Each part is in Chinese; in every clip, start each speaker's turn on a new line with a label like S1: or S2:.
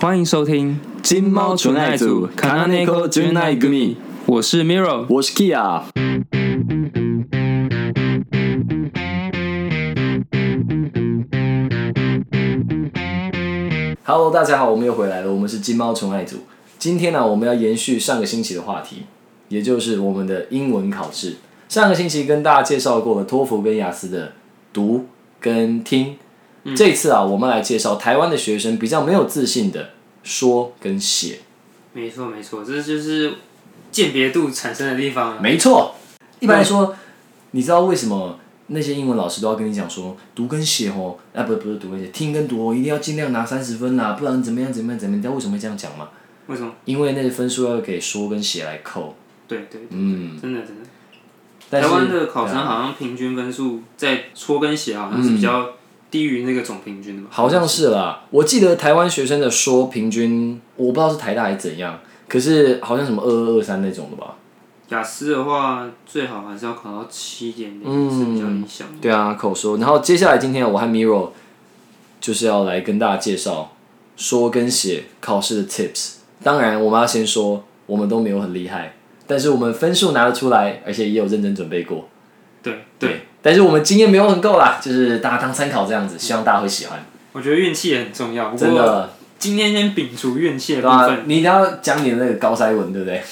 S1: 欢迎收听《
S2: 金猫纯爱组 Kananeko Junai Gumi，
S1: 我是 Miro。
S2: 我是 Kia。Hello，大家好，我们又回来了，我们是金猫纯爱组。今天呢、我们要延续上个星期的话题，也就是我们的英文考试。上个星期跟大家介绍过了托福跟雅思的读跟听，这次啊，我们来介绍台湾的学生比较没有自信的说跟写。
S3: 没错没错，这就是鉴别度产生的地方啊。
S2: 没错，一般来说，你知道为什么那些英文老师都要跟你讲说读跟写哦？啊，不不是读跟写，听跟读哦，一定要尽量拿三十分啦、不然怎么样怎么样怎么样？你知道为什么会这样讲吗？
S3: 为什么？
S2: 因为那些分数要给说跟写来扣。
S3: 对对，
S2: 嗯，
S3: 真的真的。
S2: 但
S3: 台
S2: 是
S3: 湾的考生
S2: 对啊
S3: 好像平均分数在戳跟写好像是比较低于那个总平均的吧？
S2: 嗯好像是啦，我记得台湾学生的说平均，我不知道是台大还是怎样，可是好像什么二二二三那种的吧？
S3: 雅思的话，最好还是要考到七点零
S2: 嗯
S3: 是比较理想的。
S2: 对啊，口说。然后接下来今天我和 Miro 就是要来跟大家介绍说跟写考试的 tips。当然，我们要先说我们都没有很厉害，但是我们分数拿得出来，而且也有认真准备过。
S3: 对对，，
S2: 但是我们经验没有很够啦，就是大家当参考这样子，希望大家会喜欢。
S3: 我觉得运气也很重要。不
S2: 真
S3: 过
S2: 的，
S3: 今天先摒除运气的
S2: 对
S3: 部
S2: 吧、
S3: 分，
S2: 你一定要讲你的那个高塞文，对不对？啊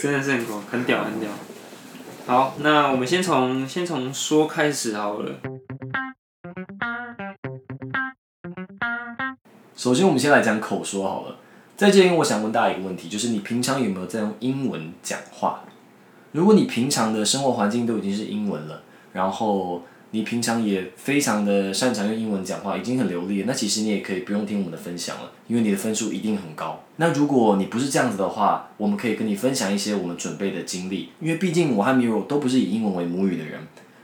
S3: 真的是很酷，很屌，很屌。好，那我们先从先从说开始好了。
S2: 首先，我们先来讲口说好了。在这里，我想问大家一个问题，就是你平常有没有在用英文讲话？如果你平常的生活环境都已经是英文了，然后你平常也非常的擅长用英文讲话，已经很流利了，那其实你也可以不用听我们的分享了，因为你的分数一定很高。那如果你不是这样子的话，我们可以跟你分享一些我们准备的经历，因为毕竟我和 Miro 都不是以英文为母语的人，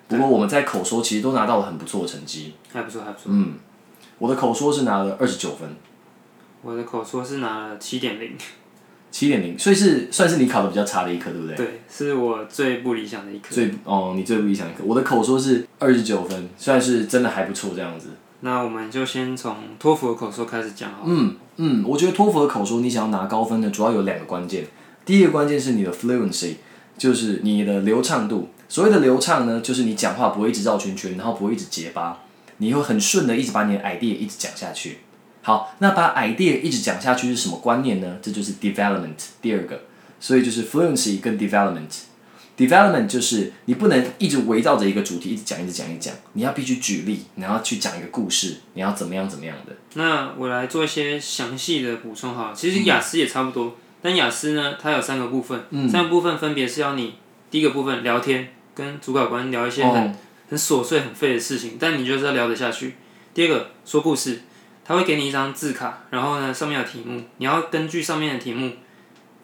S2: 不过我们在口说其实都拿到了很不错的成绩。
S3: 还不错，还不错。
S2: 嗯，我的口说是拿了二十九分。
S3: 我的口说是拿了七点零，
S2: 七点零，所以是算是你考的比较差的一科，对不对？
S3: 对，是我最不理想的一科。
S2: 最哦，你最不理想的一科，我的口说是二十九分，算是真的还不错这样子。
S3: 那我们就先从托福的口说开始讲好了。
S2: 嗯嗯，我觉得托福的口说，你想要拿高分的，主要有两个关键。第一个关键是你的 fluency，就是你的流畅度。所谓的流畅呢，就是你讲话不会一直绕圈圈，然后不会一直结巴，你会很顺的一直把你的 idea 一直讲下去。好，那把 idea 一直讲下去是什么观念呢？这就是 development 第二个，所以就是 fluency 跟 development。development 就是你不能一直围绕着一个主题一直讲一直讲一直讲，你要必须举例，你要去讲一个故事，你要怎么样怎么样的。
S3: 那我来做一些详细的补充哈。其实雅思也差不多，但雅思呢，它有三个部分，三个部分分别是要你第一个部分聊天，跟主考官聊一些很、很琐碎、很废的事情，但你就是要聊得下去。第二个说故事，他会给你一张字卡，然后呢上面有题目，你要根据上面的题目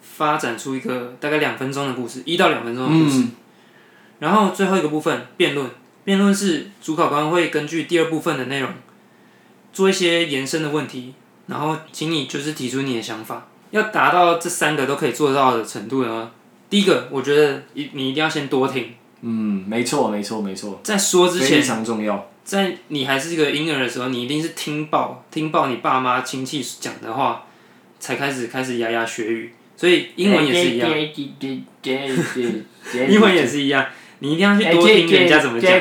S3: 发展出一个大概两分钟的故事，一到两分钟的故事。然后最后一个部分辩论，辩论是主考官会根据第二部分的内容做一些延伸的问题，然后请你就是提出你的想法。要达到这三个都可以做到的程度呢，第一个我觉得一你一定要先多听，
S2: 嗯，没错，没错，没错。
S3: 在说之前
S2: 非常重要。
S3: 在你还是一个婴儿的时候，你一定是听爆听爆你爸妈亲戚讲的话，才开始开始牙牙学语。所以英文也
S2: 哎
S3: 是一样，
S4: 样
S3: 英文也是一样，你一定要去多听人家怎么讲。。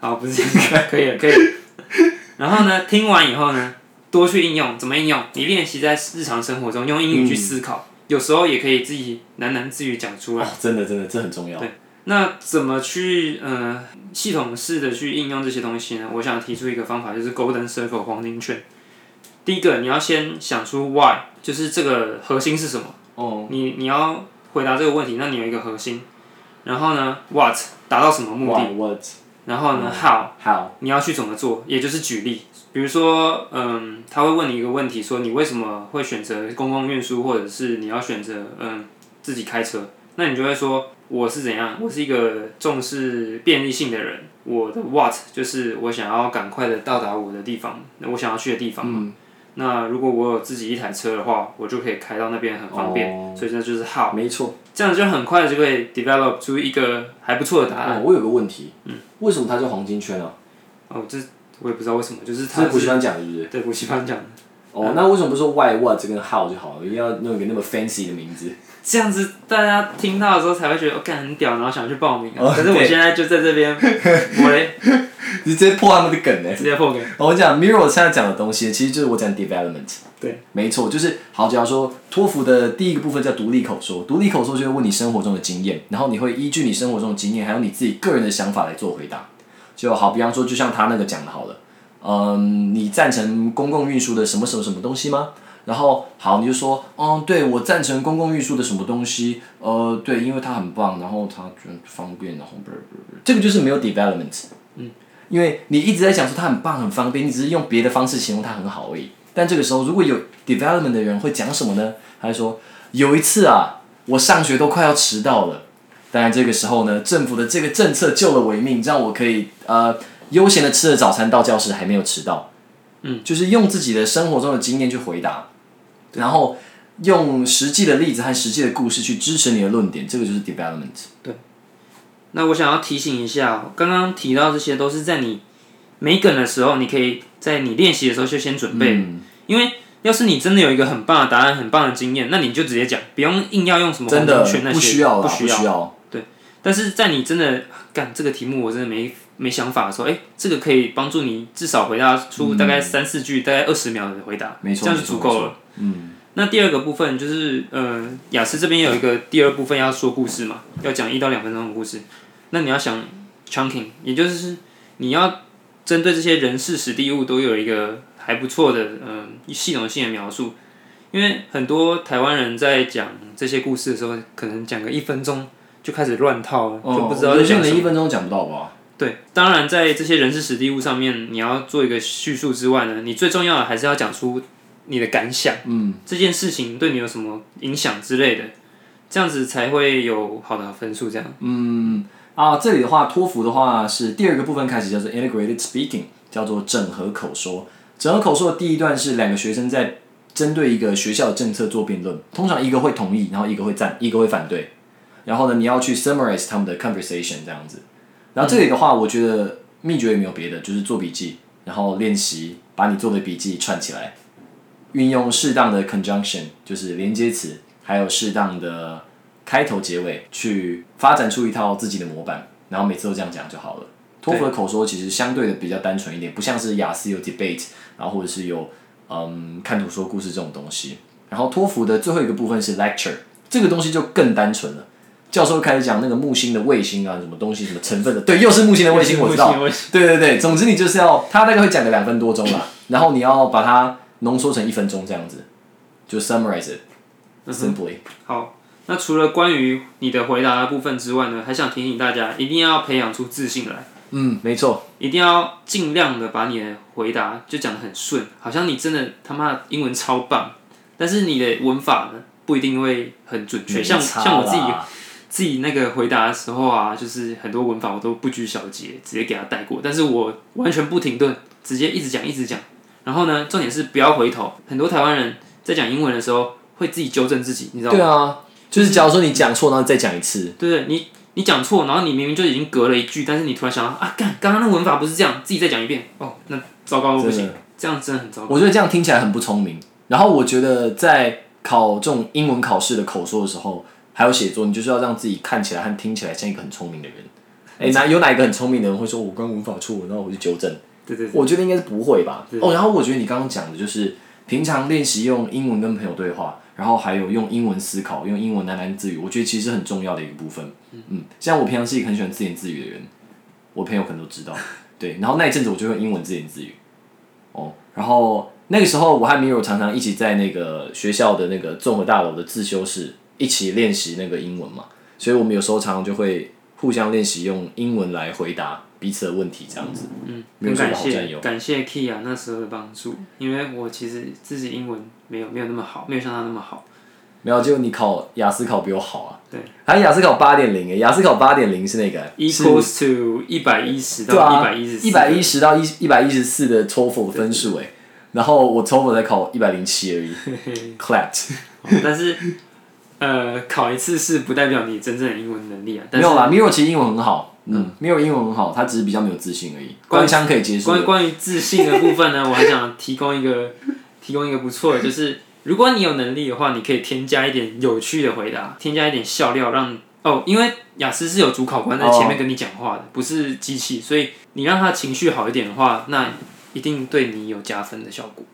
S3: 好，不是这个，可以 了，可以了。然后呢，听完以后呢，多去应用，怎么应用？你练习在日常生活中用英语去思考，有时候也可以自己喃喃自语讲出来。
S2: 哦，真的，真的，这很重要。
S3: 对那怎么去呃系统式的去应用这些东西呢？我想提出一个方法，就是 Golden Circle 黄金圈。第一个，你要先想出 why，就是这个核心是什么。
S2: 哦，
S3: 你你要回答这个问题，那你有一个核心。然后呢，what 达到什么目的？
S2: Why, what,
S3: 然后呢，how
S2: how？
S3: 你要去怎么做，也就是举例。比如说，嗯，他会问你一个问题，说你为什么会选择公共运输，或者是你要选择嗯自己开车？那你就会说我是怎样，我是一个重视便利性的人，我的 what 就是我想要赶快的到达我的地方，那我想要去的地方嘛。那如果我有自己一台车的话，我就可以开到那边很方便，所以这就是 how，
S2: 没错。
S3: 这样就很快的就可以 develop 出一个还不错的答案。嗯
S2: 哦，我有个问题，为什么它叫黄金圈啊？
S3: 哦，这我也不知道为什么，就是
S2: 是
S3: 它
S2: 补习班讲的，是不是？
S3: 对补习班讲的。
S2: 哦，那为什么不说 why what 跟 how 就好了？一定要弄一个那么 fancy 的名字？
S3: 这样子大家听到的时候才会觉得，哦，干很屌，然后想去报名、啊。
S2: 哦
S3: 可是我
S2: 对
S3: 现在就在这边，我嘞
S2: 你直接破他们的梗呢、
S3: 直接破梗。
S2: 我讲 Miro 现在讲的东西，其实就是我讲 development。
S3: 对，
S2: 没错，就是好。假如说托福的第一个部分叫独立口说，独立口说就会问你生活中的经验，然后你会依据你生活中的经验，还有你自己个人的想法来做回答。就好，比方说，就像他那个讲的，好了，嗯，你赞成公共运输的什么什么什么东西吗？然后好，你就说，嗯，对我赞成公共运输的什么东西，呃，对，因为它很棒，然后它就很方便，然后不是不是不是，这个就是没有 development。因为你一直在讲说它很棒、很方便，你只是用别的方式形容它很好而已。但这个时候，如果有 development 的人会讲什么呢？他会说有一次啊，我上学都快要迟到了。当然，这个时候呢，政府的这个政策救了我一命，让我可以呃悠闲的吃了早餐到教室，还没有迟到。嗯，就是用自己的生活中的经验去回答，然后用实际的例子和实际的故事去支持你的论点，这个就是 development。
S3: 那我想要提醒一下哦，刚刚提到这些都是在你没梗的时候，你可以在你练习的时候就先准备，
S2: 嗯
S3: 因为要是你真的有一个很棒的答案、很棒的经验，那你就直接讲，不用硬要用什么
S2: 真
S3: 红
S2: 的
S3: 灯圈那些，
S2: 不需要
S3: 不
S2: 啦，不
S3: 需要。
S2: 需要。
S3: 但是在你真的干这个题目，我真的没没想法的时候，哎、这个可以帮助你至少回答出大概三四句，大概二十秒的回答，
S2: 没错
S3: 这样就足够了。嗯。那第二个部分就是，呃，雅思这边有一个第二部分要说故事嘛，要讲一到两分钟的故事。那你要想 chunking，也就是你要针对这些人事、实地物都有一个还不错的，嗯、系统性的描述。因为很多台湾人在讲这些故事的时候，可能讲个一分钟就开始乱套
S2: 哦
S3: 了，就不知道
S2: 有
S3: 在
S2: 些
S3: 讲
S2: 人
S3: 什
S2: 一
S3: 么。
S2: 分钟讲不到吧？
S3: 对，当然在这些人事实地物上面，你要做一个叙述之外呢，你最重要的还是要讲出你的感想，嗯，这件事情对你有什么影响之类的，这样子才会有好的分数。这样，
S2: 啊，这里的话，托福的话是第二个部分开始叫做 integrated speaking，叫做整合口说。整合口说的第一段是两个学生在针对一个学校的政策做辩论，通常一个会同意，然后一个会赞，一个会反对。然后呢，你要去 summarize 他们的 conversation 这样子。然后这里的话，我觉得秘诀也没有别的，就是做笔记，然后练习把你做的笔记串起来，运用适当的 conjunction，就是连接词，还有适当的开头、结尾，去发展出一套自己的模板，然后每次都这样讲就好了。托福的口说其实相对的比较单纯一点，不像是雅思有 debate，然后或者是有嗯看图说故事这种东西。然后托福的最后一个部分是 lecture，这个东西就更单纯了。教授开始讲那个木星的卫星啊，什么东西什么成分的，对，又是木星的卫星，我知道
S3: 又是木星的卫，
S2: 对对对，总之你就是要，他大概会讲个两分多钟 啦，然后你要把它浓缩成一分钟这样子，就 summarize it simply。
S3: 好，那除了关于你的回答的部分之外呢，还想提醒大家，一定要培养出自信来。
S2: 嗯，没错，
S3: 一定要尽量的把你的回答就讲得很顺，好像你真的他妈的英文超棒，但是你的文法呢不一定会很准确。像
S2: 没差啦
S3: 像我自己自己那个回答的时候啊，就是很多文法我都不拘小节，直接给他带过，但是我完全不停顿，直接一直讲一直讲。然后呢，重点是不要回头。很多台湾人在讲英文的时候会自己纠正自己，你知道吗？
S2: 对啊，就是假如说你讲错，然后再讲一次，
S3: 对对，你你讲错，然后你明明就已经隔了一句，但是你突然想到啊，干，刚刚那文法不是这样，自己再讲一遍，哦，那糟糕，不
S2: 真
S3: 行
S2: 的，
S3: 这样真的很糟糕。
S2: 我觉得这样听起来很不聪明。然后我觉得在考这种英文考试的口说的时候，还有写作，你就是要让自己看起来和听起来像一个很聪明的人。哎，哪有哪一个很聪明的人会说我刚文法错，然后我就纠正？
S3: 对对对，
S2: 我觉得应该是不会吧。哦，然后我觉得你刚刚讲的就是平常练习用英文跟朋友对话，然后还有用英文思考，用英文喃喃自语，我觉得其实很重要的一个部分。嗯，像我平常是一个很喜欢自言自语的人，我朋友可能都知道。对，然后那一阵子我就用英文自言自语。哦，然后那个时候我和 Miro 常常一起在那个学校的那个综合大楼的自修室一起练习那个英文嘛，所以我们有时候常常就会互相练习用英文来回答彼此的问题，这样子。嗯没
S3: 很
S2: 有什么
S3: 感
S2: 好占
S3: 谢
S2: 有。
S3: 感谢 Kia 那时候的帮助，因为我其实自己英文没有没有那么好，没有像他那么好。
S2: 没有，就你考雅思考比我好啊。
S3: 对，
S2: 还有雅思考八点零，雅思考八点零是那个
S3: 哎
S2: 欸是
S3: equals to 一百一十
S2: 对
S3: 到一
S2: 啊
S3: 百一， 十，
S2: 一百一十到一一百一十四的 TOEFL 的分数哎，然后我 TOEFL 才考一百零七而 已，clapped。
S3: 但是呃，考一次试不代表你真正的英文能力啊。
S2: 没
S3: 但是
S2: 有啦，Miro 其实英文很好，嗯，Miro 英文很好，他只是比较没有自信而已，
S3: 关
S2: 官腔可以接 受
S3: 关。关于自信的部分呢，我还想提供一个提供一个不错的，就是如果你有能力的话，你可以添加一点有趣的回答，添加一点笑料，让哦，因为雅思是有主考官在前面跟你讲话的，不是机器，所以你让他情绪好一点的话，那一定对你有加分的效果。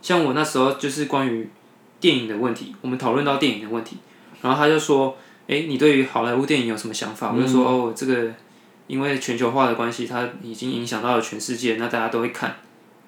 S3: 像我那时候就是关于电影的问题，我们讨论到电影的问题，然后他就说：“诶，你对于好莱坞电影有什么想法？”我就说：“哦，这个因为全球化的关系，它已经影响到了全世界，那大家都会看。”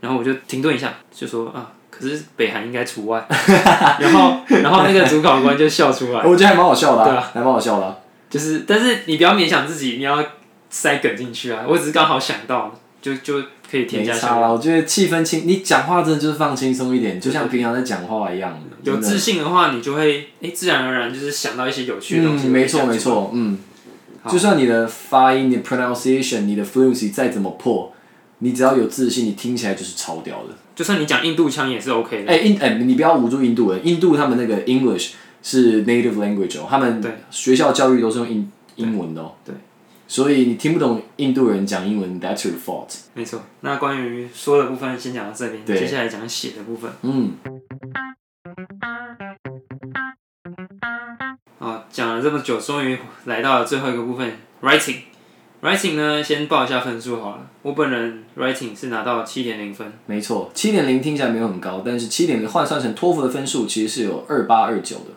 S3: 然后我就停顿一下，就说：“啊，可是北韩应该除外。” 然后，然后那个主考官就笑出来，
S2: 我觉得还蛮好笑的、
S3: 对
S2: 啊，还蛮好笑的啊、
S3: 就是，但是你不要勉强自己，你要塞梗进去啊！我只是刚好想到，就就可以添
S2: 没
S3: 加
S2: 差
S3: 上，
S2: 啦，我觉得气氛轻，你讲话真的就是放轻松一点，就像平常在讲话一样。
S3: 有
S2: 真的
S3: 自信的话，你就会诶，自然而然就是想到一些有趣的东西。
S2: 嗯，没错没。错，嗯，就算你的发音、你的 pronunciation、你的 fluency 再怎么破，你只要有自信，你听起来就是超屌的。
S3: 就算你讲印度腔也是 OK 的。
S2: 哎、印哎、你不要捂住印度人，印度他们那个 English 是 native language 哦，他们
S3: 对
S2: 学校教育都是用英英文的哦。
S3: 对。
S2: 所以你听不懂印度人讲英文，That's your fault。
S3: 没错。那关于说的部分先讲到这边，
S2: 对
S3: 接下来讲写的部分
S2: 嗯，
S3: 啊，讲了这么久，终于来到了最后一个部分，writing。writing 呢，先报一下分数好了。我本人 writing 是拿到七点零分，
S2: 没错，七点零听起来没有很高，但是七点零换算成托福的分数其实是有二八二九的。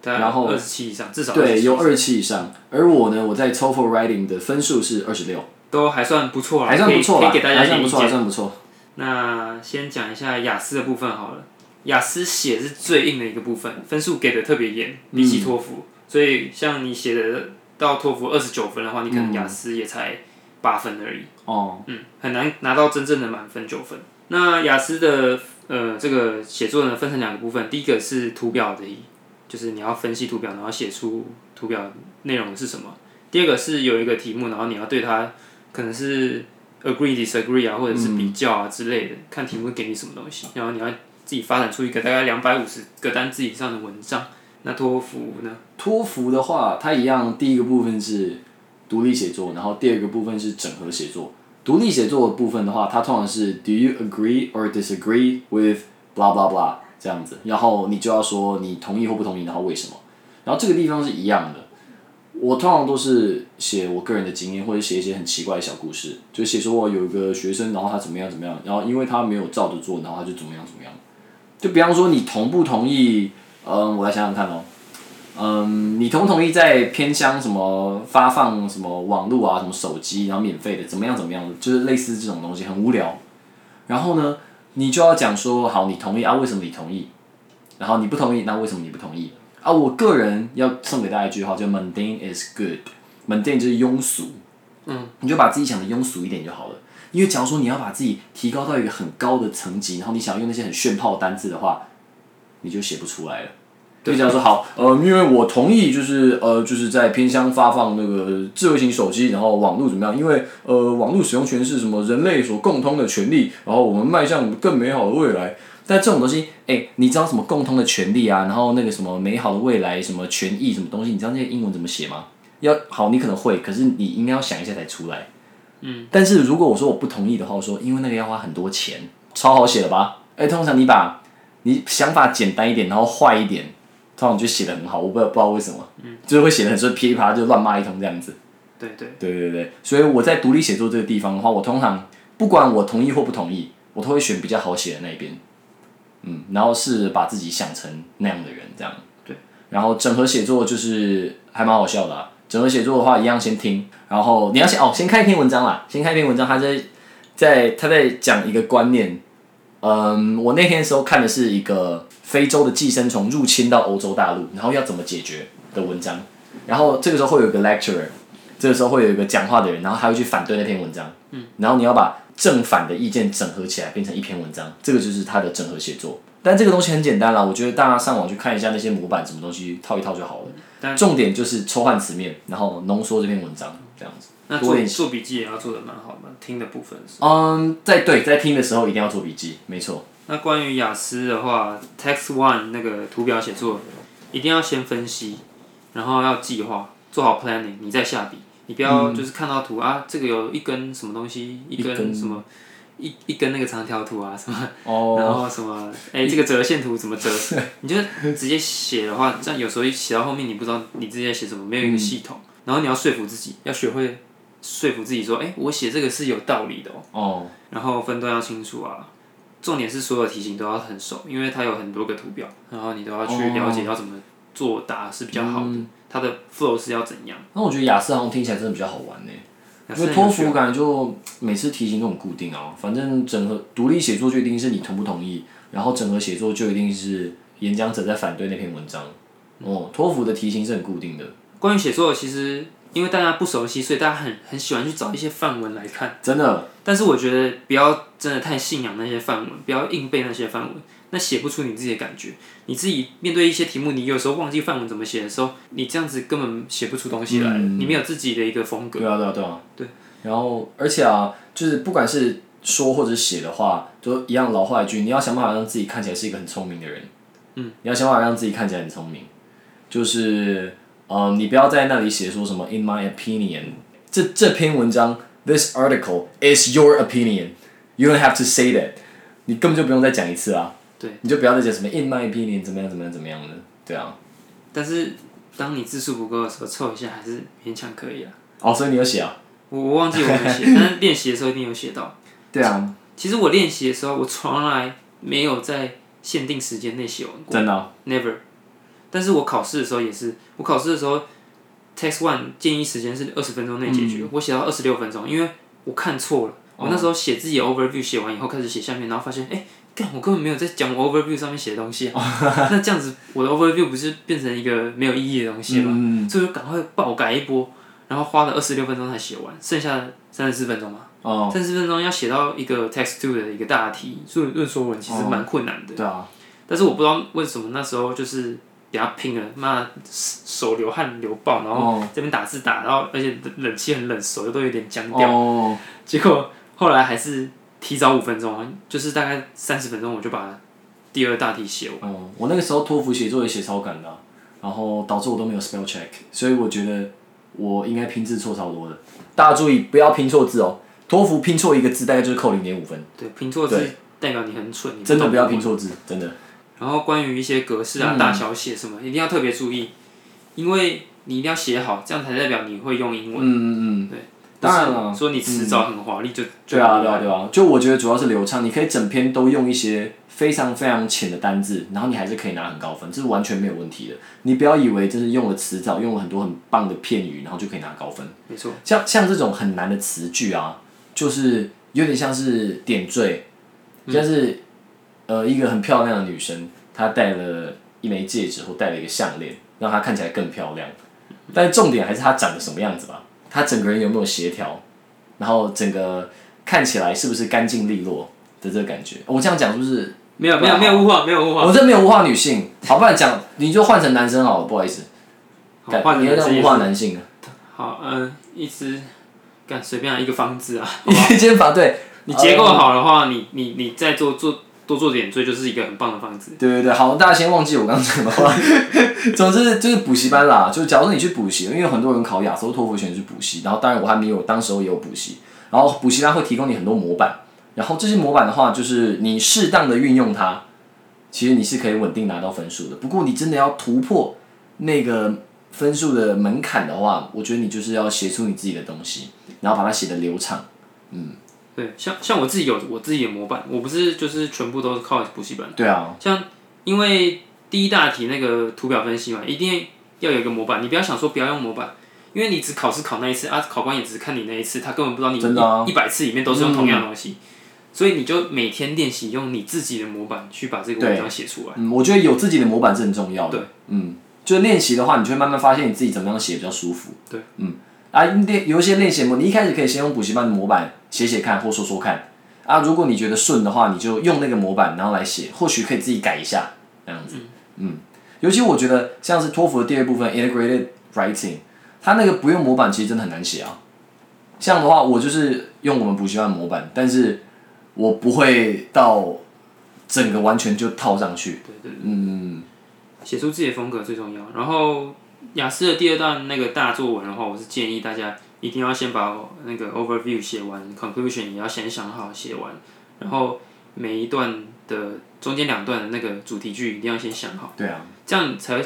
S3: 大概
S2: 然后
S3: 二十七以上，至少27
S2: 对，有
S3: 以上
S2: 二七以上。而我呢，我在 TOEFL Writing 的分数是二十六，
S3: 都还算不错啦，
S2: 还算不错
S3: 可以
S2: 啦，
S3: 可以给大家
S2: 还
S3: 一
S2: 算
S3: 点
S2: 不
S3: 意
S2: 错，还
S3: 见。
S2: 算不错。
S3: 那先讲一下雅思的部分好了，雅思写是最硬的一个部分，分数给的特别严，比起托福，所以像你写的到托福二十九分的话，你可能雅思也才八分而已，
S2: 哦，
S3: 嗯，很难拿到真正的满分九分。那雅思的呃这个写作呢，分成两个部分，第一个是图表的，就是你要分析图表，然后写出图表内容是什么。第二个是有一个题目，然后你要对它可能是 agree disagree 啊，或者是比较啊之类的，看题目给你什么东西，然后你要自己发展出一个大概两百五十个单字以上的文章。那托福呢？
S2: 托福的话，它一样，第一个部分是独立写作，然后第二个部分是整合写作。独立写作的部分的话，它通常是 Do you agree or disagree with blah blah blah 这样子，然后你就要说你同意或不同意，然后为什么。然后这个地方是一样的。我通常都是写我个人的经验，或者写一些很奇怪的小故事，就写说我有一个学生，然后他怎么样怎么样，然后因为他没有照着做，然后他就怎么样怎么样。就比方说你同不同意？嗯，我来想想看哦。嗯，你同不同意在偏乡什么发放什么网络啊，什么手机，然后免费的，怎么样怎么样，就是类似这种东西，很无聊。然后呢，你就要讲说，好，你同意啊？为什么你同意？然后你不同意，那为什么你不同意？啊，我个人要送给大家一句话，叫 “mundane is good”。mundane 就是庸俗，嗯，你就把自己想的庸俗一点就好了。因为假如说你要把自己提高到一个很高的层级，然后你想要用那些很炫炮的单字的话，你就写不出来了。就讲说好，呃，因为我同意，就是呃，就是在偏乡发放那个智慧型手机，然后网络怎么样？因为呃，网络使用权是什么人类所共通的权利，然后我们迈向更美好的未来。但这种东西，哎、你知道什么共通的权利啊？然后那个什么美好的未来，什么权益，什么东西？你知道那些英文怎么写吗？要好，你可能会，可是你应该要想一下才出来。嗯，但是如果我说我不同意的话，我说因为那个要花很多钱，超好写了吧？哎、通常你把你想法简单一点，然后坏一点，通常就写的很好，我不知道不知道为什么，就是会写的很顺，噼里啪啦就乱骂一通这样子。
S3: 对嗯对。
S2: 对对对，所以我在独立写作这个地方的话，我通常不管我同意或不同意，我都会选比较好写的那一边，嗯，然后是把自己想成那样的人这样。
S3: 对。
S2: 然后整合写作就是还蛮好笑的、啊，整合写作的话一样先听，然后你要先哦先看一篇文章啦，先看一篇文章，他在在他在讲一个观念。嗯，我那天的时候看的是一个非洲的寄生虫入侵到欧洲大陆，然后要怎么解决的文章。然后这个时候会有一个 lecturer，这个时候会有一个讲话的人，然后他会去反对那篇文章，嗯，然后你要把正反的意见整合起来变成一篇文章，这个就是他的整合写作。但这个东西很简单啦，我觉得大家上网去看一下那些模板什么东西套一套就好了。
S3: 嗯但
S2: 重点就是抽换词面，然后浓缩这篇文章这样子。
S3: 那
S2: 多
S3: 做
S2: 练
S3: 做笔记也要做的蛮好的，听的部分是。
S2: 嗯，在对，在听的时候一定要做笔记，没错。
S3: 那关于雅思的话，Text One 那个图表写作，一定要先分析，然后要计划，做好 planning，你再下笔。你不要就是看到图、啊，这个有一根什么东西，一
S2: 一根
S3: 什么，一一根那个长条图啊什么，
S2: 哦，
S3: 然后什么哎、这个折线图怎么 折，你就直接写的话，这样有时候一写到后面你不知道你自己在写什么，没有一个系统，然后你要说服自己，要学会说服自己说，哎、我写这个是有道理的哦，
S2: 哦，
S3: 然后分段要清楚啊。重点是所有题型都要很熟，因为它有很多个图表，然后你都要去了解要怎么作答是比较好的，
S2: 嗯
S3: 它的 flow 是要怎样。
S2: 那我觉得雅思好像听起来真的比较好玩呢、
S3: 雅思
S2: 因为
S3: 很
S2: 托
S3: 有
S2: 福感觉就每次题型都很固定啊，反正整合独立写作就一定是你同不同意，然后整合写作就一定是演讲者在反对那篇文章。哦，托福的题型是很固定的，
S3: 关于写作，其实因为大家不熟悉，所以大家很很喜欢去找一些范文来看。
S2: 真的。
S3: 但是我觉得不要真的太信仰那些范文，不要硬背那些范文，那写不出你自己的感觉。你自己面对一些题目，你有时候忘记范文怎么写的时候，你这样子根本写不出东西来，
S2: 嗯
S3: 你没有自己的一个风格。
S2: 对啊，对啊，对啊。
S3: 对。
S2: 然后，而且啊，就是不管是说或者写的话，都一样老话一句，你要想办法让自己看起来是一个很聪明的人。嗯。你要想办法让自己看起来很聪明，就是呃，你不要在那里写说什么 “in my opinion”，这这篇文章 “this article is your opinion”，you don't have to say that，你根本就不用再讲一次啊。
S3: 对。
S2: 你就不要再讲什么 “in my opinion” 怎么样怎么样怎么样的，对啊。
S3: 但是当你字数不够的时候，凑一下还是勉强可以啊。
S2: 哦，所以你有写啊？
S3: 我我忘记我没写，但是练习的时候一定有写到。
S2: 对啊，
S3: 其实我练习的时候，我从来没有在限定时间内写完过。
S2: 真的啊、
S3: Never。但是我考试的时候也是，我考试的时候，Text One 建议时间是二十分钟内解决，我写到二十六分钟，因为我看错了。我那时候写自己的 overview 写完以后，开始写下面，然后发现，哎、干，我根本没有在讲我 overview 上面写的东西、啊。那这样子，我的 overview 不是变成一个没有意义的东西
S2: 嗯
S3: 吗？所以我就赶快爆改一波，然后花了二十六分钟才写完，剩下三十四分钟嘛。
S2: 哦，
S3: 三十分钟要写到一个 Text Two 的一个大题，论论说文其实蛮困难的。
S2: 对啊。
S3: 但是我不知道为什么那时候就是给他拼了，妈手流汗流爆，然
S2: 哦
S3: 后这边打字打，然后而且冷气很冷，手都有点僵掉。
S2: 哦，
S3: 结果后来还是提早五分钟，就是大概三十分钟，我就把第二大题写完。
S2: 哦，我那个时候托福写作也写超赶的啊、然后导致我都没有 spell check，所以我觉得我应该拼字错超多的。大家注意，不要拼错字哦。托福拼错一个字大概就是扣零点五分，
S3: 对，拼错字代表你很蠢，你
S2: 真的
S3: 懂
S2: 不要拼错字，真的。
S3: 然后关于一些格式
S2: 嗯
S3: 啊、大小写什么，一定要特别注意，因为你一定要写好，这样才代表你会用英文。
S2: 嗯嗯嗯，
S3: 对，
S2: 当然嗯了
S3: 不是说你辞藻很华丽就
S2: 对啊对啊对啊，就我觉得主要是流畅，你可以整篇都用一些非常非常浅的单字，然后你还是可以拿很高分，这是完全没有问题的。你不要以为就是用了词藻，用了很多很棒的片语，然后就可以拿高分。
S3: 没错，
S2: 像像这种很难的词句啊，就是有点像是点缀，
S3: 嗯
S2: 像是、呃一个很漂亮的女生，她戴了一枚戒指或戴了一个项链，让她看起来更漂亮。但重点还是她长得什么样子吧，她整个人有没有协调，然后整个看起来是不是干净利落的这个感觉。我这样讲是不是？
S3: 没有没有没
S2: 啊
S3: 有物化，没有物化。
S2: 我这没有物化女性，好，不然讲你就换成男生好了，不好意思，
S3: 好 换
S2: 你
S3: 人
S2: 要
S3: 这
S2: 这
S3: 也
S2: 样物
S3: 是
S2: 化男性。
S3: 好，嗯、一只干随便啊，一个方字啊。
S2: 一间法对，
S3: 你结
S2: 呃
S3: 构好的话，你你你再做做多做点缀，就是一个很棒的方子。
S2: 对对对，好，大家先忘记我刚刚讲的话。 总之就是补习班啦，就假如说你去补习，因为有很多人考雅思、托福全去补习，然后当然我还没有，当时候也有补习，然后补习班会提供你很多模板，然后这些模板的话，就是你适当的运用它，其实你是可以稳定拿到分数的。不过你真的要突破那个分数的门槛的话，我觉得你就是要写出你自己的东西，然后把它写的流畅。
S3: 对，像像我自己有我自己的模板，我不是就是全部都是靠补习班。
S2: 对啊，
S3: 像因为第一大题那个图表分析嘛，一定要有一个模板，你不要想说不要用模板。因为你只考试考那一次啊，考官也只看你那一次，他根本不知道
S2: 真的啊嗯
S3: 你一百、次里面都是用同样的东西，所以你就每天练习用你自己的模板去把这个文章写出来。
S2: 嗯，我觉得有自己的模板是很重要的。对，嗯，就是练习的话，你就会慢慢发现你自己怎么样写比较舒服。
S3: 对，
S2: 嗯，啊，练有一些练习模，你一开始可以先用补习班的模板写写看，或说说看。啊，如果你觉得顺的话，你就用那个模板然后来写，或许可以自己改一下这样子。嗯尤其我觉得像是托福的第二部分 integrated writing，它那个不用模板其实真的很难写啊。像的话，我就是用我们补习班的模板，但是我不会到整个完全就套上去。
S3: 对对对。
S2: 嗯，
S3: 写出自己的风格最重要。然后雅思的第二段那个大作文的话，我是建议大家一定要先把那个 overview 写完，conclusion 也要先想好写完，然后每一段的中间两段的那个主题句一定要先想好，
S2: 对啊，
S3: 这样才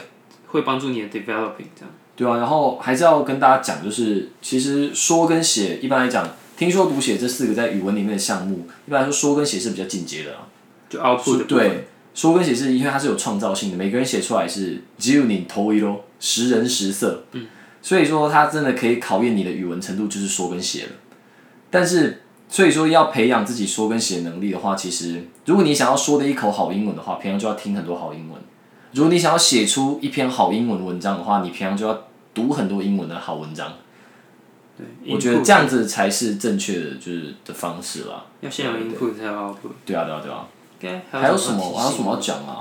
S3: 会帮助你的 developing 这样。
S2: 对啊，然后还是要跟大家讲，就是其实说跟写，一般来讲，听说读写这四个在语文里面的项目，一般来说说跟写是比较进阶的啊。
S3: 就 output 的部分，
S2: 对，说跟写是因为它是有创造性的，每个人写出来是只有你头一咯，识人识色。嗯，所以说它真的可以考验你的语文程度，就是说跟写了。但是所以说要培养自己说跟写能力的话，其实如果你想要说的一口好英文的话，平常就要听很多好英文；如果你想要写出一篇好英文文章的话，你平常就要读很多英文的好文章。
S3: 对，
S2: 我觉得这样子才是正确的，就是的方式啦。
S3: 啊要先有 input 才有 output。
S2: 对啊，对啊，对啊。
S3: OK，
S2: 还有
S3: 有
S2: 什么？
S3: 提
S2: 还有
S3: 醒
S2: 什么要讲啊？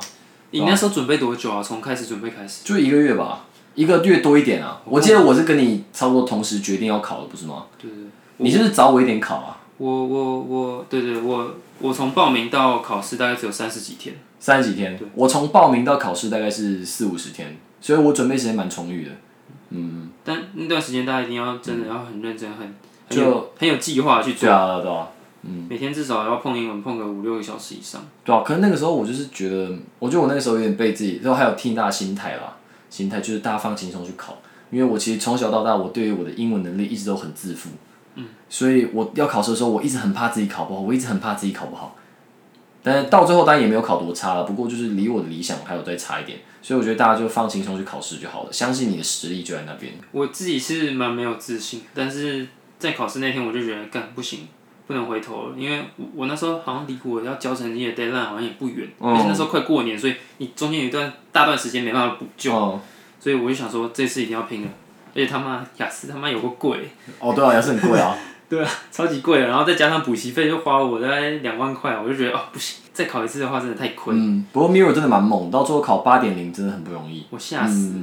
S3: 你那时候准备多久啊？从开始准备开始，
S2: 就一个月吧，一个月多一点啊。我记得我是跟你差不多同时决定要考的，不是吗？
S3: 对对对，
S2: 你是不是早我一点考啊？
S3: 我我我，对对，我我从报名到考试大概只有三十几天，
S2: 三十几天，我从报名到考试大概是四五十天，所以我准备时间蛮充裕的。嗯
S3: 但那段时间大家一定要真的要很认真，很很
S2: 就
S3: 有很有计划去做，
S2: 对啊，对啊，
S3: 每天至少要碰英文碰个五六个小时以上。
S2: 对啊。可是那个时候我就是觉得，我觉得我那个时候有点被自己，然后还有替大家心态啦，心态就是大家放轻松去考，因为我其实从小到大，我对于我的英文能力一直都很自负。嗯，所以我要考试的时候，我一直很怕自己考不好，我一直很怕自己考不好。但是到最后当然也没有考多差了，不过就是离我的理想还有再差一点，所以我觉得大家就放轻松去考试就好了，相信你的实力就在那边。
S3: 我自己是蛮没有自信，但是在考试那天我就觉得干不行，不能回头了，因为我我那时候好像离我要交成绩的 deadline 好像也不远，
S2: 嗯
S3: 而且那时候快过年，所以你中间有一段大段时间没办法补救，
S2: 哦
S3: 所以我就想说这次一定要拼了，而且他妈雅思他妈有个 贵，
S2: 哦，对啊，也是很贵啊。
S3: 对啊，超级贵的，然后再加上补习费就花我大概两万块，我就觉得哦不行，再考一次的话真 的太亏，
S2: 嗯，不过 Mirror 真的蛮猛，到最后考八点零真的很不容易。
S3: 我吓死了，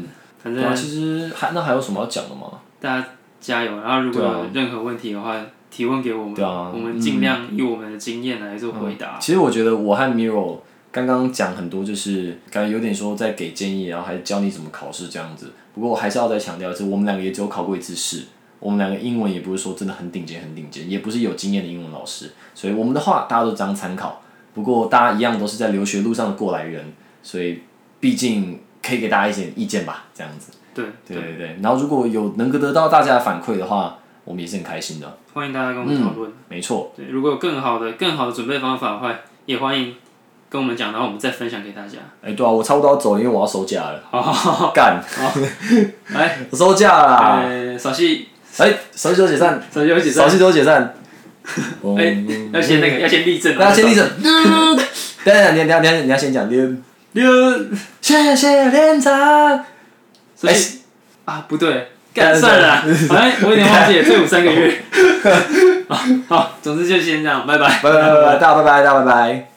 S3: 反
S2: 对
S3: 正
S2: 啊，其实还那还有什么要讲的吗？
S3: 大家加油，然后如果
S2: 对啊
S3: 有任何问题的话。提问给我们，
S2: 对啊
S3: 我们尽量以我们的经验来做回答。
S2: 其实我觉得我和 Miro 刚刚讲很多，就是感觉有点说在给建议，然后还教你怎么考试这样子。不过我还是要再强调一次，我们两个也只有考过一次试，我们两个英文也不是说真的很顶尖很顶尖，也不是有经验的英文老师，所以我们的话大家都这样参考。不过大家一样都是在留学路上的过来人，所以毕竟可以给大家一些意见吧，这样子。
S3: 对
S2: 对对对，然后如果有能够得到大家的反馈的话，我们也是很开心的。
S3: 欢迎大家跟我们讨论。
S2: 没错，
S3: 对，如果有更好的、更好的准备方法的话，也欢迎跟我们讲，然后我们再分享给大家。
S2: 哎，对啊，我差不多要走了，因为我要收假了。
S3: 好，
S2: 干，
S3: 哦 来，
S2: 我 收假了啦。
S3: 呃，扫戏，
S2: 哎，手球解散，
S3: 扫戏有几
S2: 手气球解散。
S3: 哎，要先那个，要先立正。
S2: 大家先立 正。等等，你你你你要先讲练，
S3: 六，
S2: 谢谢连长。
S3: 扫戏啊，不对，干算了啦， 好像我有点忘记了，退伍 三个月。好，好，总之就先这样，拜拜。
S2: 拜拜拜拜，大家拜拜，大家拜拜。